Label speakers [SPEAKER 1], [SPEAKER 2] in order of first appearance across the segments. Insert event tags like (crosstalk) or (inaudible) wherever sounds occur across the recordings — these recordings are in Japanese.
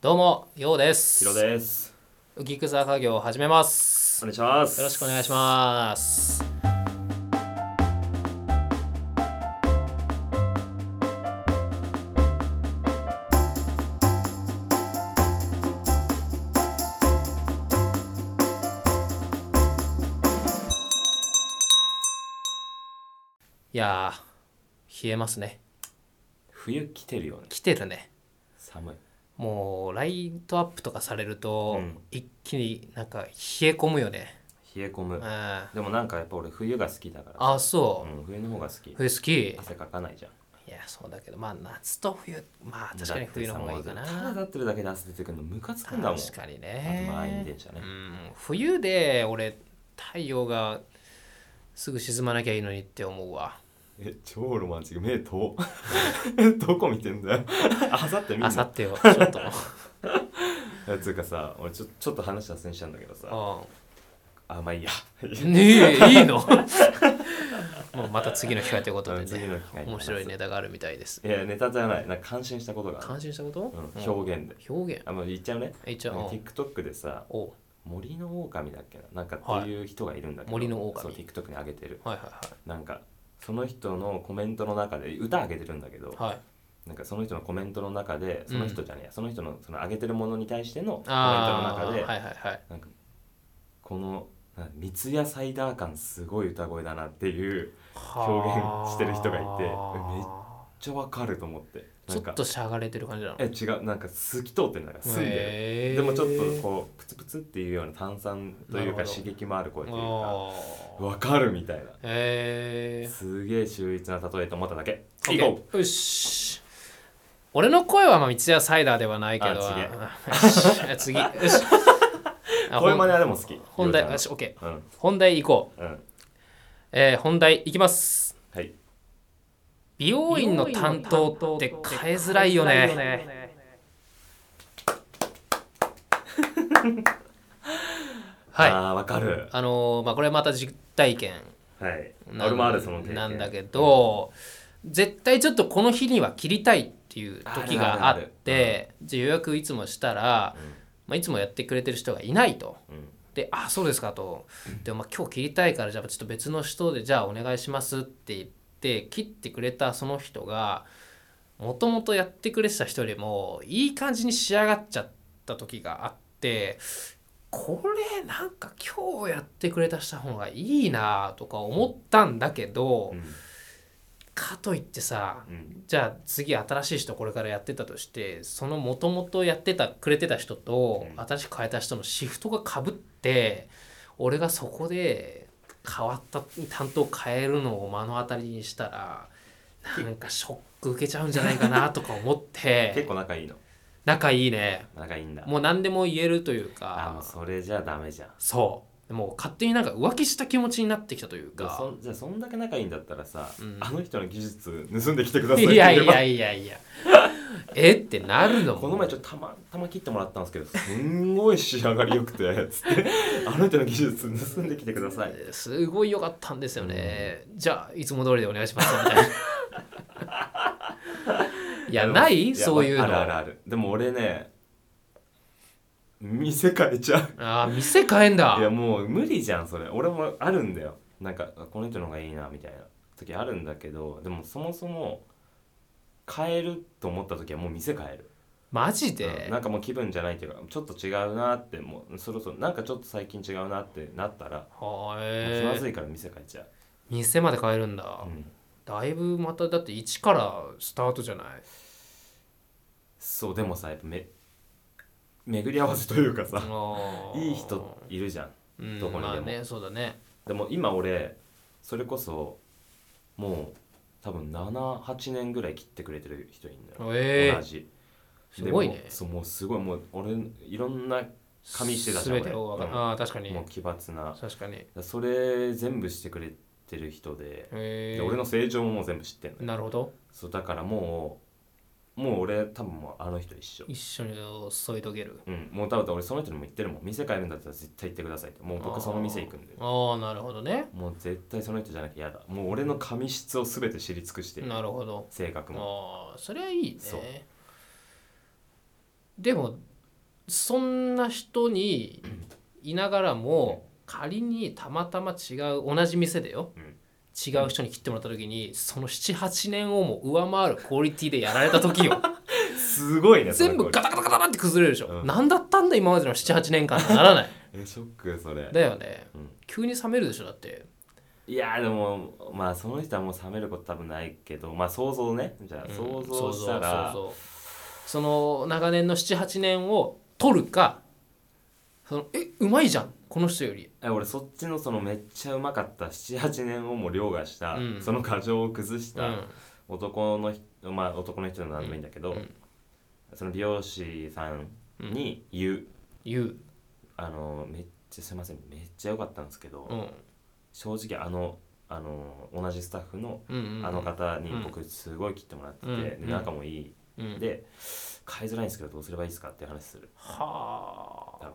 [SPEAKER 1] どうも、ようです。
[SPEAKER 2] ヒロです。
[SPEAKER 1] 浮き草作業を始めます。
[SPEAKER 2] お
[SPEAKER 1] よ
[SPEAKER 2] 願いします。
[SPEAKER 1] ろしくお願いします。いやー、冷えますね。
[SPEAKER 2] 冬来てるよね。
[SPEAKER 1] 来てるね。
[SPEAKER 2] 寒い。
[SPEAKER 1] もうライトアップとかされると、
[SPEAKER 2] うん
[SPEAKER 1] 一気になんか冷え込むよね、
[SPEAKER 2] 冷え込む
[SPEAKER 1] うん。あ
[SPEAKER 2] でもなんかやっぱ俺冬が好きだから。
[SPEAKER 1] そうう、
[SPEAKER 2] ん、冬の方が好き。
[SPEAKER 1] 冬好きい
[SPEAKER 2] 汗かかないじゃん。
[SPEAKER 1] やそうだけどまあ夏と冬まあ確かに
[SPEAKER 2] だって
[SPEAKER 1] 冬
[SPEAKER 2] さ
[SPEAKER 1] の方がいいかな
[SPEAKER 2] もうただ立ってるだけで汗出てくるのムカつくんだもん。
[SPEAKER 1] 確かに
[SPEAKER 2] あと満員
[SPEAKER 1] ね
[SPEAKER 2] 電車ね
[SPEAKER 1] う。ん冬で俺太陽がすぐ沈まなきゃいいのにって思うわ
[SPEAKER 2] え、超ロマンチック。目遠。 (laughs) どこ見てん
[SPEAKER 1] (laughs)
[SPEAKER 2] だよ。あさって見ん
[SPEAKER 1] あ
[SPEAKER 2] の
[SPEAKER 1] さってよちょっと
[SPEAKER 2] えつうかさ、俺ちょちょっと話脱線したんだけどさ。あ、まあいいや。 (laughs)
[SPEAKER 1] うんねえいいのもうまた次の機会ということで
[SPEAKER 2] うん次の
[SPEAKER 1] ね
[SPEAKER 2] 機会に
[SPEAKER 1] 面白いネタがあるみたいです
[SPEAKER 2] いや、ネタじゃない。なんか感心したことがあ
[SPEAKER 1] 感心したこと
[SPEAKER 2] る。、うん、表現で。
[SPEAKER 1] 現表現
[SPEAKER 2] あ、もう言っちゃうね。
[SPEAKER 1] え一
[SPEAKER 2] なんか
[SPEAKER 1] 応
[SPEAKER 2] TikTok でさ、
[SPEAKER 1] おう
[SPEAKER 2] 森の狼だっけななんかっていう人がいるんだけど、
[SPEAKER 1] 森の狼
[SPEAKER 2] そう TikTok に上げてる
[SPEAKER 1] はいはい
[SPEAKER 2] なんかその人のコメントの中で歌上げてるんだけど、
[SPEAKER 1] はいはい
[SPEAKER 2] なんかその人のコメントの中で
[SPEAKER 1] うん
[SPEAKER 2] その人じゃねえや、その人のその上げてるものに対してのコメントの
[SPEAKER 1] ああ
[SPEAKER 2] 中で、
[SPEAKER 1] はいはいはい
[SPEAKER 2] なんかこのな三ツ矢サイダー感すごい歌声だなっていう表現してる人がいて
[SPEAKER 1] は
[SPEAKER 2] めっちゃわかると思って
[SPEAKER 1] あ
[SPEAKER 2] な
[SPEAKER 1] ちょ
[SPEAKER 2] ん
[SPEAKER 1] っ
[SPEAKER 2] か
[SPEAKER 1] としゃがれてる感じなの
[SPEAKER 2] え違うなんか透き通ってるなんか澄んでる、
[SPEAKER 1] へー
[SPEAKER 2] でもちょっとこうプツプツっていうような炭酸とい
[SPEAKER 1] な
[SPEAKER 2] うか
[SPEAKER 1] るほど
[SPEAKER 2] 刺激もある声というか
[SPEAKER 1] あー
[SPEAKER 2] わかるみたいな
[SPEAKER 1] へえ
[SPEAKER 2] すげえ秀逸な例えと思っただけ。
[SPEAKER 1] オッケ
[SPEAKER 2] 行こ
[SPEAKER 1] ーよし俺の声はまあ三ツ矢サイダーではないけど
[SPEAKER 2] あ違え
[SPEAKER 1] (laughs) あよし次
[SPEAKER 2] (laughs)
[SPEAKER 1] よし
[SPEAKER 2] うこういう真似
[SPEAKER 1] あ
[SPEAKER 2] はでも好き。
[SPEAKER 1] 本本題
[SPEAKER 2] よ
[SPEAKER 1] よ
[SPEAKER 2] うち
[SPEAKER 1] しオッケ
[SPEAKER 2] ゃんの
[SPEAKER 1] ー本題行こう、
[SPEAKER 2] うんうん。
[SPEAKER 1] えー、本題いきます
[SPEAKER 2] はい。
[SPEAKER 1] 美容院の担当って変えづらいよねはい
[SPEAKER 2] ああ、わかる。
[SPEAKER 1] あのーまあこれはまた実体験
[SPEAKER 2] はい。
[SPEAKER 1] なん
[SPEAKER 2] 俺もあるその経験。
[SPEAKER 1] なんだけど、絶対ちょっとこの日には切りたいっていう時があ
[SPEAKER 2] あるあるあ
[SPEAKER 1] っ
[SPEAKER 2] る
[SPEAKER 1] てじゃあ予約いつもしたら、まあ、いつもやってくれてる人がいないと。
[SPEAKER 2] うん。
[SPEAKER 1] で「あそうですか」と「でもまあ今日切りたいからじゃあちょっと別の人でじゃあお願いします」って言って切ってくれたその人がもともとやってくれてた人よりもいい感じに仕上がっちゃった時があってこれなんか今日やってくれたした方がいいなとか思ったんだけど
[SPEAKER 2] うん
[SPEAKER 1] かといってさ
[SPEAKER 2] うん。
[SPEAKER 1] じゃあ次新しい人これからやってたとしてそのもともとやってたくれてた人と
[SPEAKER 2] うん
[SPEAKER 1] 新しく変えた人のシフトがかぶって俺がそこで変わった担当変えるのを目の当たりにしたらなんかショック受けちゃうんじゃないかなとか思っ
[SPEAKER 2] 結 (laughs)
[SPEAKER 1] て
[SPEAKER 2] 構仲いいの。
[SPEAKER 1] 仲いいね
[SPEAKER 2] 仲いいんだ。
[SPEAKER 1] もう何でも言えるという
[SPEAKER 2] あー、も
[SPEAKER 1] か
[SPEAKER 2] うそれじゃダメじゃん。
[SPEAKER 1] そうもう勝手になんか浮気した気持ちになってきたという
[SPEAKER 2] でも
[SPEAKER 1] か
[SPEAKER 2] そんじゃあそんだけ仲いいんだったらさ
[SPEAKER 1] うん、
[SPEAKER 2] あの人の技術盗んできてくださいって
[SPEAKER 1] いや
[SPEAKER 2] 言えば
[SPEAKER 1] いやいやいやえってなるのも
[SPEAKER 2] (laughs) この前ちょっとたまたま切ってもらったんですけどすんごい仕上がりよくてつってあの人の技術盗んできてください
[SPEAKER 1] すごい良かったんですよね、じゃあいつも通りでお願いしますみ
[SPEAKER 2] (laughs)
[SPEAKER 1] たいないや
[SPEAKER 2] でも
[SPEAKER 1] ない
[SPEAKER 2] や
[SPEAKER 1] そういうの
[SPEAKER 2] あるあるあるでも俺ね店変えちゃ
[SPEAKER 1] あー店変えんだ
[SPEAKER 2] ういやもう無理じゃんそれ俺もあるんだよなんかあこの人の方がいいなみたいな時あるんだけどでもそもそも変えると思った時はもう店変える、
[SPEAKER 1] マジ
[SPEAKER 2] う
[SPEAKER 1] で
[SPEAKER 2] ん、なんかもう気分じゃないっていうかちょっと違うなってもうそろそろなんかちょっと最近違うなってなったら、
[SPEAKER 1] は
[SPEAKER 2] もう
[SPEAKER 1] え
[SPEAKER 2] 気まずいから店変えちゃう、
[SPEAKER 1] 店まで変えるんだ、
[SPEAKER 2] うん
[SPEAKER 1] だいぶまただって一からスタートじゃない
[SPEAKER 2] そうでもさやっぱめ巡り合わせというかさ
[SPEAKER 1] あー
[SPEAKER 2] いい人いるじゃん
[SPEAKER 1] うん
[SPEAKER 2] どこにでも
[SPEAKER 1] まあねそうだね
[SPEAKER 2] でも今俺それこそもう多分78年ぐらい切ってくれてる人いるんだよ、
[SPEAKER 1] え
[SPEAKER 2] 同
[SPEAKER 1] ー、
[SPEAKER 2] じ
[SPEAKER 1] すごいね
[SPEAKER 2] でもそうもうすごいもう俺いろんな紙してたじゃん
[SPEAKER 1] 全てを分かる、
[SPEAKER 2] 俺
[SPEAKER 1] ああー確かに
[SPEAKER 2] もう奇抜な
[SPEAKER 1] 確かに
[SPEAKER 2] それ全部してくれてる人で,、
[SPEAKER 1] え
[SPEAKER 2] で
[SPEAKER 1] ー、
[SPEAKER 2] 俺の成長ももう全部知ってんのよ
[SPEAKER 1] なるほど
[SPEAKER 2] そうだからもうもう俺多分もうあの人一緒
[SPEAKER 1] 一緒に添い遂げる
[SPEAKER 2] うん、もう多分俺その人にも言ってるもん店変えるんだったら絶対行ってくださいってもう僕その店行くんで
[SPEAKER 1] ああなるほどね
[SPEAKER 2] もう絶対その人じゃなきゃ嫌だもう俺の髪質を全て知り尽くしてる
[SPEAKER 1] なるほど
[SPEAKER 2] 性格も
[SPEAKER 1] ああそれはいいね
[SPEAKER 2] そう
[SPEAKER 1] でもそんな人にいながらも仮にたまたま違う同じ店でよ、
[SPEAKER 2] うん
[SPEAKER 1] 違う人に切ってもらった時にその78年をも上回るクオリティでやられた
[SPEAKER 2] (laughs)
[SPEAKER 1] 時よ
[SPEAKER 2] すごいねそれ
[SPEAKER 1] 全部ガタガタガタガタって崩れるでしょ、
[SPEAKER 2] うん
[SPEAKER 1] 何だったんだ今までの78年間ってならない
[SPEAKER 2] えショックそれ
[SPEAKER 1] だよね、
[SPEAKER 2] うん
[SPEAKER 1] 急に冷めるでしょだって
[SPEAKER 2] いやーでもまあその人はもう冷めること多分ないけどまあ想像ねじゃあ想像したら、
[SPEAKER 1] うん想像想像その長年の78年を取るかそのえうまいじゃんこの人より
[SPEAKER 2] え俺そっちのそのめっちゃうまかった78年をもう凌駕した、
[SPEAKER 1] うん
[SPEAKER 2] その過剰を崩し
[SPEAKER 1] うん
[SPEAKER 2] た男の人、まあ男の人なら何でもいいんだけど、
[SPEAKER 1] うん
[SPEAKER 2] その美容師さんに言う、
[SPEAKER 1] 言う
[SPEAKER 2] あのめっちゃすいませんめっちゃ良かったんですけど、
[SPEAKER 1] うん
[SPEAKER 2] 正直あのあの同じスタッフの
[SPEAKER 1] うんうんうん
[SPEAKER 2] あの方に
[SPEAKER 1] うん
[SPEAKER 2] 僕すごい切ってもらってて、
[SPEAKER 1] うん
[SPEAKER 2] で
[SPEAKER 1] うん
[SPEAKER 2] 仲もいい、
[SPEAKER 1] うん
[SPEAKER 2] で買いづらいんですけどどうすればいいですかっていう話する
[SPEAKER 1] はあ
[SPEAKER 2] 多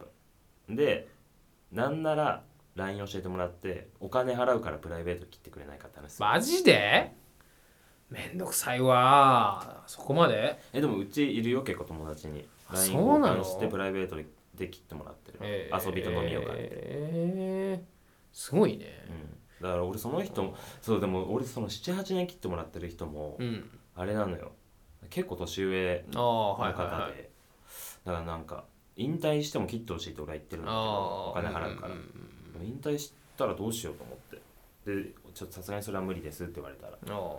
[SPEAKER 2] 分でなんなら LINE 教えてもらってお金払うからプライベート切ってくれないかって話する
[SPEAKER 1] マジでめんどくさいわそこまで
[SPEAKER 2] えでもうちいるよ結構友達に
[SPEAKER 1] あ
[SPEAKER 2] LINE
[SPEAKER 1] そうなの
[SPEAKER 2] してプライベートで切ってもらってる、
[SPEAKER 1] えー
[SPEAKER 2] 遊びと飲みを兼ねて、
[SPEAKER 1] えーすごいね
[SPEAKER 2] うん、だから俺その人もそうでも俺その78年切ってもらってる人も
[SPEAKER 1] うん
[SPEAKER 2] あれなのよ結構年上
[SPEAKER 1] あ
[SPEAKER 2] の
[SPEAKER 1] あはい
[SPEAKER 2] 方で、
[SPEAKER 1] はいはい
[SPEAKER 2] だからなんか引退しても切ってほしいって俺は言ってるんだけどお
[SPEAKER 1] ああ
[SPEAKER 2] 金払うから、
[SPEAKER 1] んんん
[SPEAKER 2] でも引退したらどうしようと思ってでちょっとさすがにそれは無理ですって言われたら
[SPEAKER 1] あ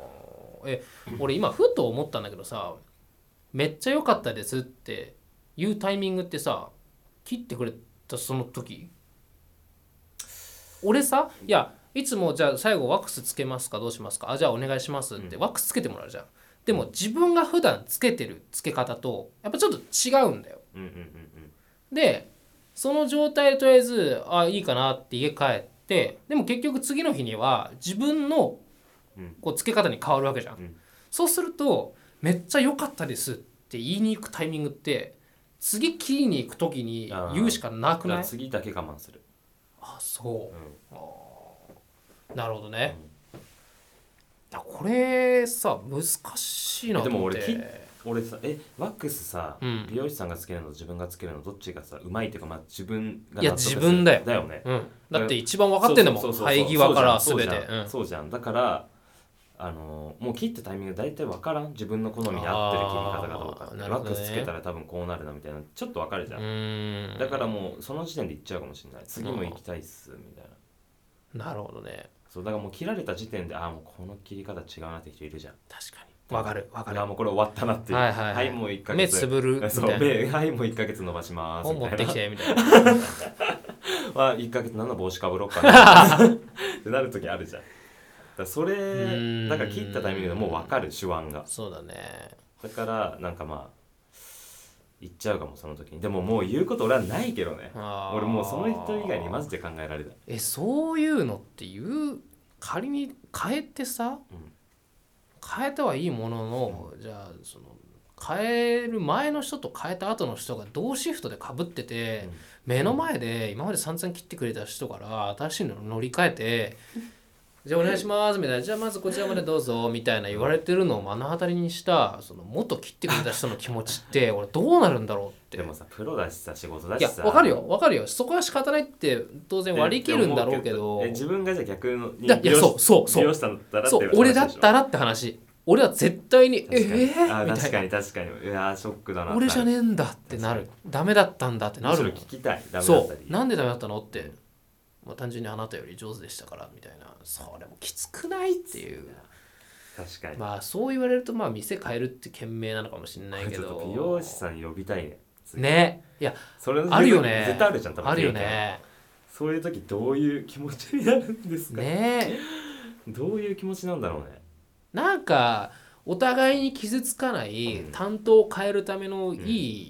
[SPEAKER 1] ーえ俺今ふと思ったんだけどさ「めっちゃ良かったです」って言うタイミングってさ切ってくれたその時俺さいやいつもじゃあ最後ワックスつけますかどうしますかあじゃあお願いしますってワックスつけてもらうじゃん、でも自分が普段つけてるつけ方とやっぱちょっと違うんだよ
[SPEAKER 2] うんうんうん
[SPEAKER 1] でその状態でとりあえずあいいかなって家帰ってでも結局次の日には自分の
[SPEAKER 2] うん
[SPEAKER 1] こうつけ方に変わるわけじゃん、
[SPEAKER 2] うん
[SPEAKER 1] そうするとめっちゃ良かったですって言いに行くタイミングって次切りに行く時に
[SPEAKER 2] あー
[SPEAKER 1] 言うしかなく
[SPEAKER 2] だか
[SPEAKER 1] な
[SPEAKER 2] ら
[SPEAKER 1] い
[SPEAKER 2] 次だけ我慢する、、
[SPEAKER 1] あそううんあーなるほどね、だこれさ難しいなと思って
[SPEAKER 2] えでも俺俺さえワックスさ、
[SPEAKER 1] うん
[SPEAKER 2] 美容師さんがつけるの自分がつけるのどっちがさうまいっていうかまあ自分が
[SPEAKER 1] いや
[SPEAKER 2] 納得する
[SPEAKER 1] 自分だよ
[SPEAKER 2] だよね
[SPEAKER 1] うん、だって一番分かってんだも
[SPEAKER 2] そ
[SPEAKER 1] ん
[SPEAKER 2] うそうそうそう
[SPEAKER 1] 生え際から
[SPEAKER 2] そ
[SPEAKER 1] 全て
[SPEAKER 2] うじゃん
[SPEAKER 1] うん
[SPEAKER 2] そうじゃん,、だからあのーもう切ったタイミングで大体分からん自分の好みに合ってる切り方がどうか
[SPEAKER 1] あーなる
[SPEAKER 2] ワ
[SPEAKER 1] ほ
[SPEAKER 2] ッ
[SPEAKER 1] どね
[SPEAKER 2] クスつけたら多分こうなるなみたいなちょっと分かるじゃん、
[SPEAKER 1] うーん
[SPEAKER 2] だからもうその時点でいっちゃうかもしれない次も行きたいっすみたいな
[SPEAKER 1] なるほどね
[SPEAKER 2] そうだからもう切られた時点でああもうこの切り方違うなって人いるじゃん
[SPEAKER 1] 確かにわかるわかる
[SPEAKER 2] ああもうこれ終わったなっていう
[SPEAKER 1] はいはいはい
[SPEAKER 2] もう1ヶ月
[SPEAKER 1] 目つぶるみた
[SPEAKER 2] (laughs) そう
[SPEAKER 1] いな
[SPEAKER 2] 目はいもう1ヶ月伸ばします
[SPEAKER 1] 本
[SPEAKER 2] み
[SPEAKER 1] 持っ
[SPEAKER 2] たい
[SPEAKER 1] て
[SPEAKER 2] な
[SPEAKER 1] きてみたい
[SPEAKER 2] (laughs)
[SPEAKER 1] な
[SPEAKER 2] は1ヶ月何の帽子かぶろうか (laughs) なってなる時あるじゃんだからそ
[SPEAKER 1] ー
[SPEAKER 2] れ
[SPEAKER 1] ん
[SPEAKER 2] だから切ったタイミングでもう分かる手腕が
[SPEAKER 1] そうだね
[SPEAKER 2] だからなんかまあ言っちゃうかもその時にでももう言うこと俺はないけどね
[SPEAKER 1] あー
[SPEAKER 2] 俺もうその人以外にマジで考えられない
[SPEAKER 1] えそういうのっていう仮に変えてさ、
[SPEAKER 2] うん
[SPEAKER 1] 変えたはいいものの、じゃあその変える前の人と変えた後の人が同シフトでかぶってて、
[SPEAKER 2] うん
[SPEAKER 1] 目の前で今まで散々切ってくれた人から新しいの乗り換えて「じゃあお願いします」みたいな「じゃあまずこちらまでどうぞ」みたいな言われてるのを目の当たりにしたその元切ってくれた人の気持ちって俺どうなるんだろうって
[SPEAKER 2] でもさプロだしさ仕事だ
[SPEAKER 1] い
[SPEAKER 2] し
[SPEAKER 1] や
[SPEAKER 2] さ
[SPEAKER 1] わかるよわかるよそこは仕方ないって当然割り切るんだろうけど
[SPEAKER 2] え自分がじゃあ逆のに
[SPEAKER 1] いやいやそうそうそう
[SPEAKER 2] 美容師さんだったらって
[SPEAKER 1] そう
[SPEAKER 2] 話
[SPEAKER 1] 俺
[SPEAKER 2] でしょ
[SPEAKER 1] だったらって話俺は絶対に「え
[SPEAKER 2] 確かに、
[SPEAKER 1] え
[SPEAKER 2] あ
[SPEAKER 1] ー?」みた
[SPEAKER 2] 確
[SPEAKER 1] い
[SPEAKER 2] か
[SPEAKER 1] な
[SPEAKER 2] に確かにいやーショックだ
[SPEAKER 1] 「
[SPEAKER 2] な
[SPEAKER 1] 俺じゃ
[SPEAKER 2] え
[SPEAKER 1] ねえんだ」ってなる「ダメだったんだ」ってな
[SPEAKER 2] な
[SPEAKER 1] る
[SPEAKER 2] る
[SPEAKER 1] もん
[SPEAKER 2] 聞きたいダメだっ
[SPEAKER 1] そ
[SPEAKER 2] たり
[SPEAKER 1] うなんでダメだったのって、まあ、単純にあなたより上手でしたからみたいなそれもきつくないっていう
[SPEAKER 2] 確かに、
[SPEAKER 1] まあそう言われるとまあ店変えるって賢明なのかもしれ
[SPEAKER 2] こ
[SPEAKER 1] ない
[SPEAKER 2] れ
[SPEAKER 1] け
[SPEAKER 2] ちょっ
[SPEAKER 1] ど
[SPEAKER 2] と美容師さん呼びたいね
[SPEAKER 1] ねいや
[SPEAKER 2] それ
[SPEAKER 1] あるよね
[SPEAKER 2] 絶対あるじゃん多分
[SPEAKER 1] あるよね
[SPEAKER 2] そういう時どういう気持ちになるんですか、
[SPEAKER 1] ね
[SPEAKER 2] どういう気持ちなんだろうね
[SPEAKER 1] なんかお互いに傷つかない
[SPEAKER 2] うん
[SPEAKER 1] 担当を変えるためのい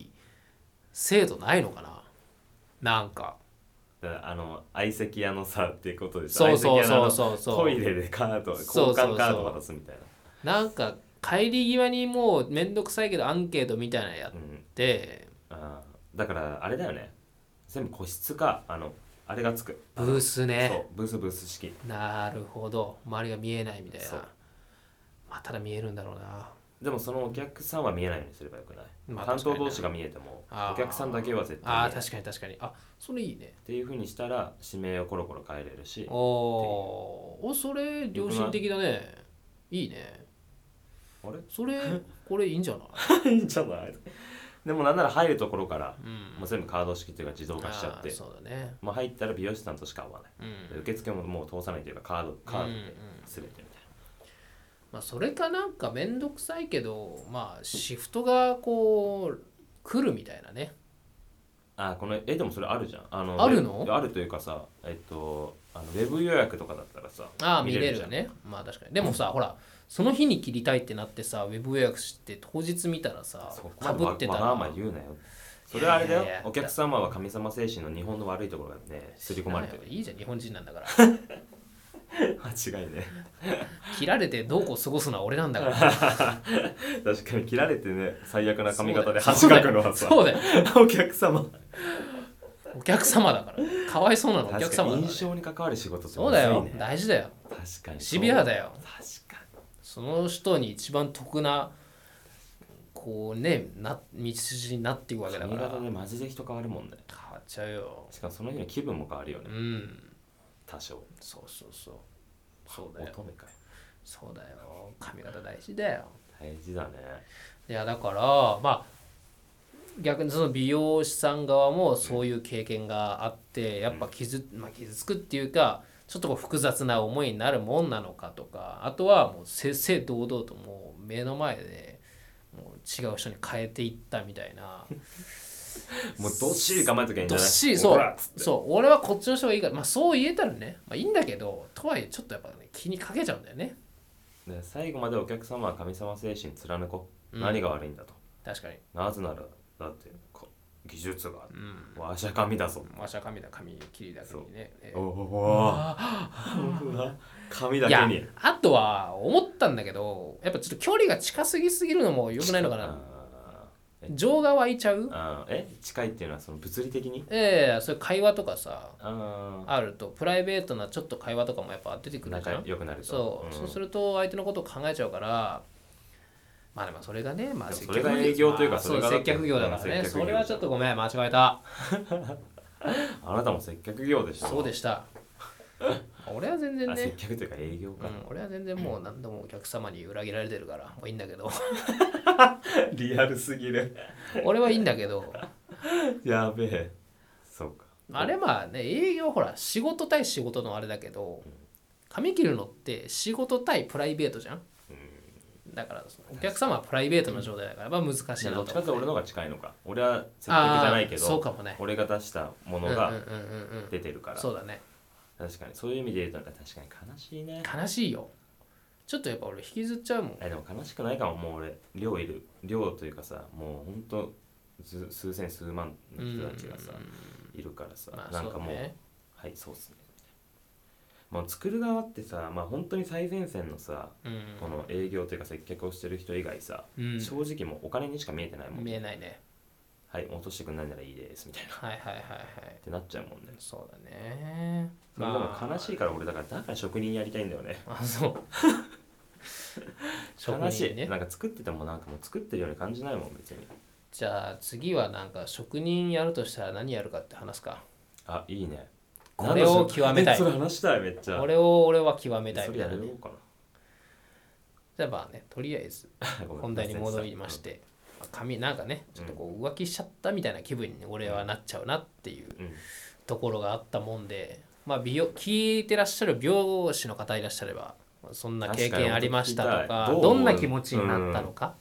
[SPEAKER 1] い制度ないのかななんか
[SPEAKER 2] だからあの相席屋のさっていうことでしょ
[SPEAKER 1] そうそうそう
[SPEAKER 2] う
[SPEAKER 1] そうそう
[SPEAKER 2] トイレでカード交
[SPEAKER 1] そうそうそう
[SPEAKER 2] 換カード渡すみたいな
[SPEAKER 1] なんか帰り際にもうめんどくさいけどアンケートみたいなのやっ
[SPEAKER 2] うん
[SPEAKER 1] て
[SPEAKER 2] あーだからあれだよね全部個室かあのあれがつく
[SPEAKER 1] ブースね
[SPEAKER 2] そうブースブース式
[SPEAKER 1] なるほど周りが見えないみたいな
[SPEAKER 2] そう
[SPEAKER 1] まあただ見えるんだろうな
[SPEAKER 2] でもそのお客さんは見えないようにすればよくない、
[SPEAKER 1] まあ
[SPEAKER 2] 担当
[SPEAKER 1] 確かにね
[SPEAKER 2] 同士が見えても
[SPEAKER 1] あー
[SPEAKER 2] お客さんだけは絶対
[SPEAKER 1] ああ
[SPEAKER 2] 嫌
[SPEAKER 1] 確かに確かにあそれいいね
[SPEAKER 2] っていうふうにしたら指名をコロコロ変えれるし
[SPEAKER 1] おーおそれ良心的だねいいね
[SPEAKER 2] あれ
[SPEAKER 1] それこれいいんじゃない
[SPEAKER 2] いいんじゃないでもなんなら入るところから、
[SPEAKER 1] うん
[SPEAKER 2] もう全部カード式っていうか自動化しちゃっ
[SPEAKER 1] あー
[SPEAKER 2] て
[SPEAKER 1] そうだね
[SPEAKER 2] もう入ったら美容師さんとしか会わない、
[SPEAKER 1] うん
[SPEAKER 2] で受付ももう通さないというかカードカードで全てみたいな、
[SPEAKER 1] まあ、それかなんか面倒くさいけどまあシフトがこう来るみたいなね
[SPEAKER 2] あこのえでもそれあるじゃんあの
[SPEAKER 1] あるの
[SPEAKER 2] ウェあるというかさえっとあのウェブ予約とかだったらさ
[SPEAKER 1] ああ見れる
[SPEAKER 2] じゃ
[SPEAKER 1] よ
[SPEAKER 2] ん
[SPEAKER 1] ねまあ確かにでもさほらその日に切りたいってなってさウェブ予約して当日見たらさ
[SPEAKER 2] そこま
[SPEAKER 1] か
[SPEAKER 2] で
[SPEAKER 1] ぶ
[SPEAKER 2] わ
[SPEAKER 1] ってた
[SPEAKER 2] わがま
[SPEAKER 1] ら
[SPEAKER 2] ま言うなよそれはあれだ
[SPEAKER 1] い
[SPEAKER 2] よ
[SPEAKER 1] やいやいや
[SPEAKER 2] お客様は神様精神の日本の悪いところがね刷り込まれてる
[SPEAKER 1] いいじゃん日本人なんだから
[SPEAKER 2] (laughs) 間違いね
[SPEAKER 1] 切られてどうこう過ごすのは俺なんだから
[SPEAKER 2] 確かに切られてね最悪な髪型で恥
[SPEAKER 1] そう
[SPEAKER 2] か
[SPEAKER 1] だよ
[SPEAKER 2] くのはさ
[SPEAKER 1] そうだよ
[SPEAKER 2] お客様
[SPEAKER 1] お客様だからかわいそうなのお客
[SPEAKER 2] 確か
[SPEAKER 1] 様だ
[SPEAKER 2] に
[SPEAKER 1] から
[SPEAKER 2] 印象に関わる仕事って
[SPEAKER 1] そうだよ
[SPEAKER 2] むずいね
[SPEAKER 1] 大事だよ
[SPEAKER 2] 確かに
[SPEAKER 1] シビア
[SPEAKER 2] よ
[SPEAKER 1] だよ
[SPEAKER 2] 確か
[SPEAKER 1] その人に一番得なこうねな道筋になっていくわけ
[SPEAKER 2] に
[SPEAKER 1] だか
[SPEAKER 2] 髪
[SPEAKER 1] ら
[SPEAKER 2] 型
[SPEAKER 1] 変
[SPEAKER 2] で
[SPEAKER 1] わ
[SPEAKER 2] マジで人変わるもんね
[SPEAKER 1] っちゃうよ
[SPEAKER 2] しかもその日の気分も変わるよ
[SPEAKER 1] う
[SPEAKER 2] ね
[SPEAKER 1] ん
[SPEAKER 2] 多少
[SPEAKER 1] そうそうそうそうだよ
[SPEAKER 2] 乙女かよ
[SPEAKER 1] そうだよ髪型大事だよ
[SPEAKER 2] 大事だね
[SPEAKER 1] いやだからまあ逆にその美容師さん側もそういう経験があってやっぱ傷,、まあ、傷つくっていうかちょっとこう複雑な思いになるもんなのかとかあとはもう正々堂々ともう目の前でもう違う人に変えていったみたいな
[SPEAKER 2] (laughs) もうどっしり構えときゃいいんじ
[SPEAKER 1] ど
[SPEAKER 2] ゃ
[SPEAKER 1] っ
[SPEAKER 2] ない
[SPEAKER 1] しりそ
[SPEAKER 2] ほら
[SPEAKER 1] うそう俺はこっちの人がいいからまあそう言えたらね、まあ、いいんだけどとはいえちょっとやっぱね気にかけちゃうんだよね
[SPEAKER 2] で最後までお客様は神様精神貫こう、
[SPEAKER 1] うん
[SPEAKER 2] 何が悪いんだと
[SPEAKER 1] 確かに
[SPEAKER 2] なぜならだってこ技術がある
[SPEAKER 1] うん
[SPEAKER 2] わしゃ神だぞ、
[SPEAKER 1] わしゃ髪だ髪切りだけにねえー
[SPEAKER 2] おお神だ
[SPEAKER 1] い
[SPEAKER 2] け
[SPEAKER 1] や
[SPEAKER 2] に
[SPEAKER 1] あとは思ったんだけどやっぱちょっと距離が近すぎすぎるのも良くないのかな
[SPEAKER 2] あーえ
[SPEAKER 1] 情が湧いちゃう
[SPEAKER 2] あーえ近いっていうのはその物理的に
[SPEAKER 1] ええそういう会話とかさ
[SPEAKER 2] ああ
[SPEAKER 1] あるとプライベートなちょっと会話とかもやっぱ出てくるじ
[SPEAKER 2] 仲
[SPEAKER 1] ゃん
[SPEAKER 2] 良くなると
[SPEAKER 1] そう、
[SPEAKER 2] ん
[SPEAKER 1] そうすると相手のことを考えちゃうからまあでもそれがねまあ
[SPEAKER 2] でもそれが営業というか
[SPEAKER 1] まあそ
[SPEAKER 2] それが
[SPEAKER 1] う接客業だから
[SPEAKER 2] う
[SPEAKER 1] ね
[SPEAKER 2] ん接客業
[SPEAKER 1] それはちょっとごめん間違えた
[SPEAKER 2] あなたも接客業でしょ
[SPEAKER 1] そうでした俺は全然
[SPEAKER 2] あ接
[SPEAKER 1] ね
[SPEAKER 2] 客というか営業
[SPEAKER 1] う
[SPEAKER 2] か、
[SPEAKER 1] ん、俺は全然もう何度もお客様に裏切られてるからもういいんだけ
[SPEAKER 2] (laughs)
[SPEAKER 1] ど
[SPEAKER 2] リアルすぎる
[SPEAKER 1] 俺はいいんだけど
[SPEAKER 2] やべえそうか
[SPEAKER 1] あれまあね営業ほら仕事対仕事のあれだけど髪切るのって仕事対プライベートじゃんだからそのお客様はプライベートの状態だからまあ難しいな
[SPEAKER 2] じゃあ
[SPEAKER 1] と
[SPEAKER 2] どっちかっていうと俺の方が近いのか俺は接客じ
[SPEAKER 1] あー
[SPEAKER 2] ゃないけど
[SPEAKER 1] そうかもね
[SPEAKER 2] 俺が出したも
[SPEAKER 1] うん
[SPEAKER 2] の
[SPEAKER 1] うんうん
[SPEAKER 2] が
[SPEAKER 1] うん
[SPEAKER 2] 出てるか
[SPEAKER 1] う
[SPEAKER 2] ら、
[SPEAKER 1] んそうだね
[SPEAKER 2] 確かにそういう意味で言うとなんか確かに悲しいね
[SPEAKER 1] 悲しいよちょっとやっぱ俺引きずっちゃうもん
[SPEAKER 2] えでも悲しくないかももう俺量いる量というかさもうほんと数数千数万の人たちがさ
[SPEAKER 1] うんうん
[SPEAKER 2] いるからさ、
[SPEAKER 1] まあ
[SPEAKER 2] なん
[SPEAKER 1] そ
[SPEAKER 2] か
[SPEAKER 1] う
[SPEAKER 2] もう
[SPEAKER 1] ね
[SPEAKER 2] はいそうっすねもう作る側ってさまあ本当に最前線のさ
[SPEAKER 1] うん
[SPEAKER 2] この営業というか接客をしてる人以外さ、
[SPEAKER 1] うん
[SPEAKER 2] 正直もうお金にしか見えてないもん、
[SPEAKER 1] 見えないね
[SPEAKER 2] はい落としてくんないならいいですみたいなっ
[SPEAKER 1] はいはいはいはい
[SPEAKER 2] てなっちゃうもんね
[SPEAKER 1] そうだね
[SPEAKER 2] それでも悲しいから俺だからだから職人やりたいんだよね
[SPEAKER 1] あ
[SPEAKER 2] (laughs)
[SPEAKER 1] そう職人
[SPEAKER 2] 悲しい、
[SPEAKER 1] ね
[SPEAKER 2] なんか作っててもなんかもう作ってるように感じないもん別に
[SPEAKER 1] じゃあ次はなんか職人やるとしたら何やるかって話すか
[SPEAKER 2] あいいね
[SPEAKER 1] これを極めたい
[SPEAKER 2] 何の職えそれ話したいめっちゃ
[SPEAKER 1] これを俺は極めたい
[SPEAKER 2] そ
[SPEAKER 1] み
[SPEAKER 2] れ
[SPEAKER 1] た
[SPEAKER 2] や
[SPEAKER 1] いな
[SPEAKER 2] ろ
[SPEAKER 1] ね
[SPEAKER 2] うか
[SPEAKER 1] じゃあまあねとりあえず
[SPEAKER 2] なごめん
[SPEAKER 1] 本題に戻りましてまあ髪なんかねちょっとこう浮気しちゃったみたいな気分に俺はなっちゃうなっていう
[SPEAKER 2] うん
[SPEAKER 1] ところがあったもんでまあ美容聞いてらっしゃる美容師の方いらっしゃればそんな経験ありましたと
[SPEAKER 2] 確か
[SPEAKER 1] か
[SPEAKER 2] に
[SPEAKER 1] ど
[SPEAKER 2] どう思うん
[SPEAKER 1] な気持ちになったのか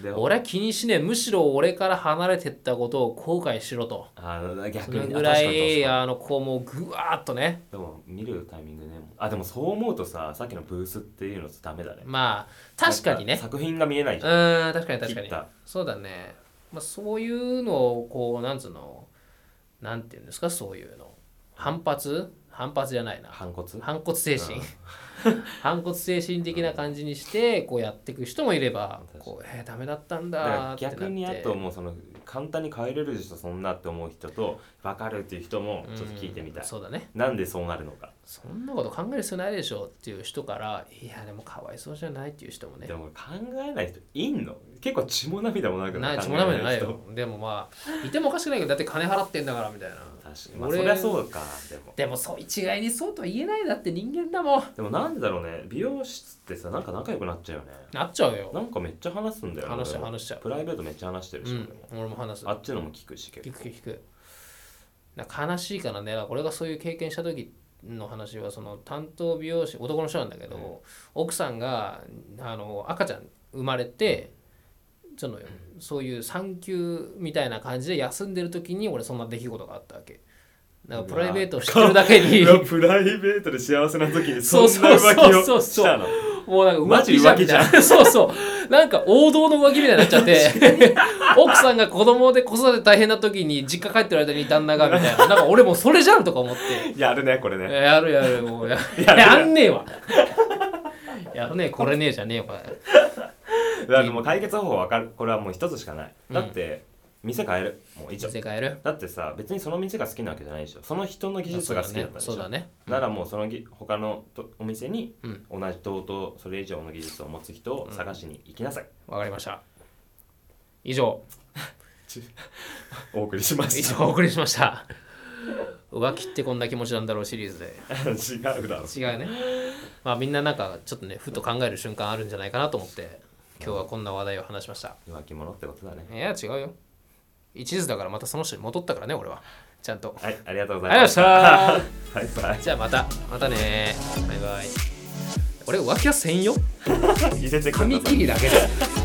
[SPEAKER 2] で
[SPEAKER 1] 俺は気にしねえむしろ俺から離れてったことを後悔しろと
[SPEAKER 2] あ逆
[SPEAKER 1] そ
[SPEAKER 2] に
[SPEAKER 1] れぐら
[SPEAKER 2] 確かに
[SPEAKER 1] い
[SPEAKER 2] 確か
[SPEAKER 1] あのこうもうぐわーっとね
[SPEAKER 2] にでも見るタイミングねあでもそう思うとささっきのブースっていうのとダメだね
[SPEAKER 1] まあ確かに
[SPEAKER 2] なん
[SPEAKER 1] ね
[SPEAKER 2] 作品が見えな
[SPEAKER 1] う
[SPEAKER 2] いじゃん
[SPEAKER 1] ーん確かに確か
[SPEAKER 2] 切
[SPEAKER 1] に
[SPEAKER 2] った
[SPEAKER 1] そうだね、まあ、そういうのをこうなんつうのなんていうんですかそういうの反発反発じゃないな
[SPEAKER 2] 反骨
[SPEAKER 1] 反骨精神 (laughs) 反骨精神的な感じにしてこうやっていく人もいれば
[SPEAKER 2] 確かに
[SPEAKER 1] こうえー、ダメだったん
[SPEAKER 2] だか
[SPEAKER 1] だー
[SPEAKER 2] ら
[SPEAKER 1] ってなって
[SPEAKER 2] 逆にあともうその簡単に変えれるでしょそんなって思う人と分かるっていう人もちょっと聞いてみた
[SPEAKER 1] う
[SPEAKER 2] い
[SPEAKER 1] ん、そうだね
[SPEAKER 2] なんでそうなるのか、
[SPEAKER 1] そんなこと考える必要ないでしょっていう人からいやでもかわいそうじゃないっていう人もね
[SPEAKER 2] でも考えない人いんの結構血も涙もなく
[SPEAKER 1] ない
[SPEAKER 2] 考
[SPEAKER 1] つ
[SPEAKER 2] え
[SPEAKER 1] もダメじゃない
[SPEAKER 2] 人
[SPEAKER 1] よでもまあいてもおかしくないけどだって金払ってんだからみたいな
[SPEAKER 2] 確かにまあ
[SPEAKER 1] 俺
[SPEAKER 2] そりゃそうかでも
[SPEAKER 1] でもそう一概にそうとは言えないだって人間だもん
[SPEAKER 2] でもなんでだろうね美容室ってさなんか仲良くなっちゃうよね
[SPEAKER 1] なっちゃうよ
[SPEAKER 2] なんかめっちゃ話すんだよね
[SPEAKER 1] 話しちゃう
[SPEAKER 2] 俺も
[SPEAKER 1] 話しちゃう
[SPEAKER 2] プライベートめっちゃ話してる
[SPEAKER 1] う
[SPEAKER 2] し、俺
[SPEAKER 1] ん
[SPEAKER 2] も
[SPEAKER 1] 俺も話す
[SPEAKER 2] あっちのも聞くし結
[SPEAKER 1] 聞
[SPEAKER 2] 構
[SPEAKER 1] く聞くなんか悲しいからね俺がそういう経験した時の話はその担当美容師男の人なんだけど、
[SPEAKER 2] うん
[SPEAKER 1] 奥さんがあの赤ちゃん生まれてそのそういう産休みたいな感じで休んでる時に俺そんな出来事があったわけだからプライベートを知ってるだけに (laughs)
[SPEAKER 2] いやプライベートで幸せな時にそ
[SPEAKER 1] そうん
[SPEAKER 2] な浮気
[SPEAKER 1] そうそうそう
[SPEAKER 2] をしたの
[SPEAKER 1] もうなんか
[SPEAKER 2] マ
[SPEAKER 1] 浮
[SPEAKER 2] ジ
[SPEAKER 1] 気じゃん
[SPEAKER 2] 浮気
[SPEAKER 1] み
[SPEAKER 2] じゃ
[SPEAKER 1] た
[SPEAKER 2] ん
[SPEAKER 1] いな (laughs) そうそうなんか王道の浮気みたいになっちゃって
[SPEAKER 2] (laughs)
[SPEAKER 1] 奥さんが子供で子育て大変な時に実家帰ってる間に旦那がみたいななんか俺もうそれじゃんとか思って
[SPEAKER 2] やるねこれね
[SPEAKER 1] やるやるもうや
[SPEAKER 2] (laughs) やる
[SPEAKER 1] やんねえわやるねえこれねえじゃねえよこれ
[SPEAKER 2] だからもう解決方法わかるこれはもう一つしかないだって、店変えるもう以上
[SPEAKER 1] 世界やる
[SPEAKER 2] だってさ別にその店が好きなわけじゃないでしょその人の技術が好きだったでしょ
[SPEAKER 1] そうだね
[SPEAKER 2] ならもうそのぎ他のとお店に
[SPEAKER 1] うん
[SPEAKER 2] 同じ同等それ以上の技術を持つ人を探しに行きなさい、
[SPEAKER 1] わかりました以
[SPEAKER 2] (laughs)
[SPEAKER 1] 上
[SPEAKER 2] お送りしま
[SPEAKER 1] 以
[SPEAKER 2] し
[SPEAKER 1] 上お送りしました浮気ってこんな気持ちなんだろうシリーズで
[SPEAKER 2] た (laughs) 違うだろ
[SPEAKER 1] 違うねまあみんななんかちょっとねふと考える瞬間あるんじゃないかなと思って今日はこんな話題を話しました
[SPEAKER 2] 浮気者ってことだね
[SPEAKER 1] いや違うよ一途だからまたその人に戻ったからね俺はちゃんと
[SPEAKER 2] はいありがとうご
[SPEAKER 1] あ
[SPEAKER 2] ざ
[SPEAKER 1] りがとうご
[SPEAKER 2] いまし
[SPEAKER 1] ざいまし
[SPEAKER 2] たバイバイ
[SPEAKER 1] たじゃあまたまたねバイバイ俺浮気はせんよ (laughs)
[SPEAKER 2] 入れてくんだ
[SPEAKER 1] 髪切りだけで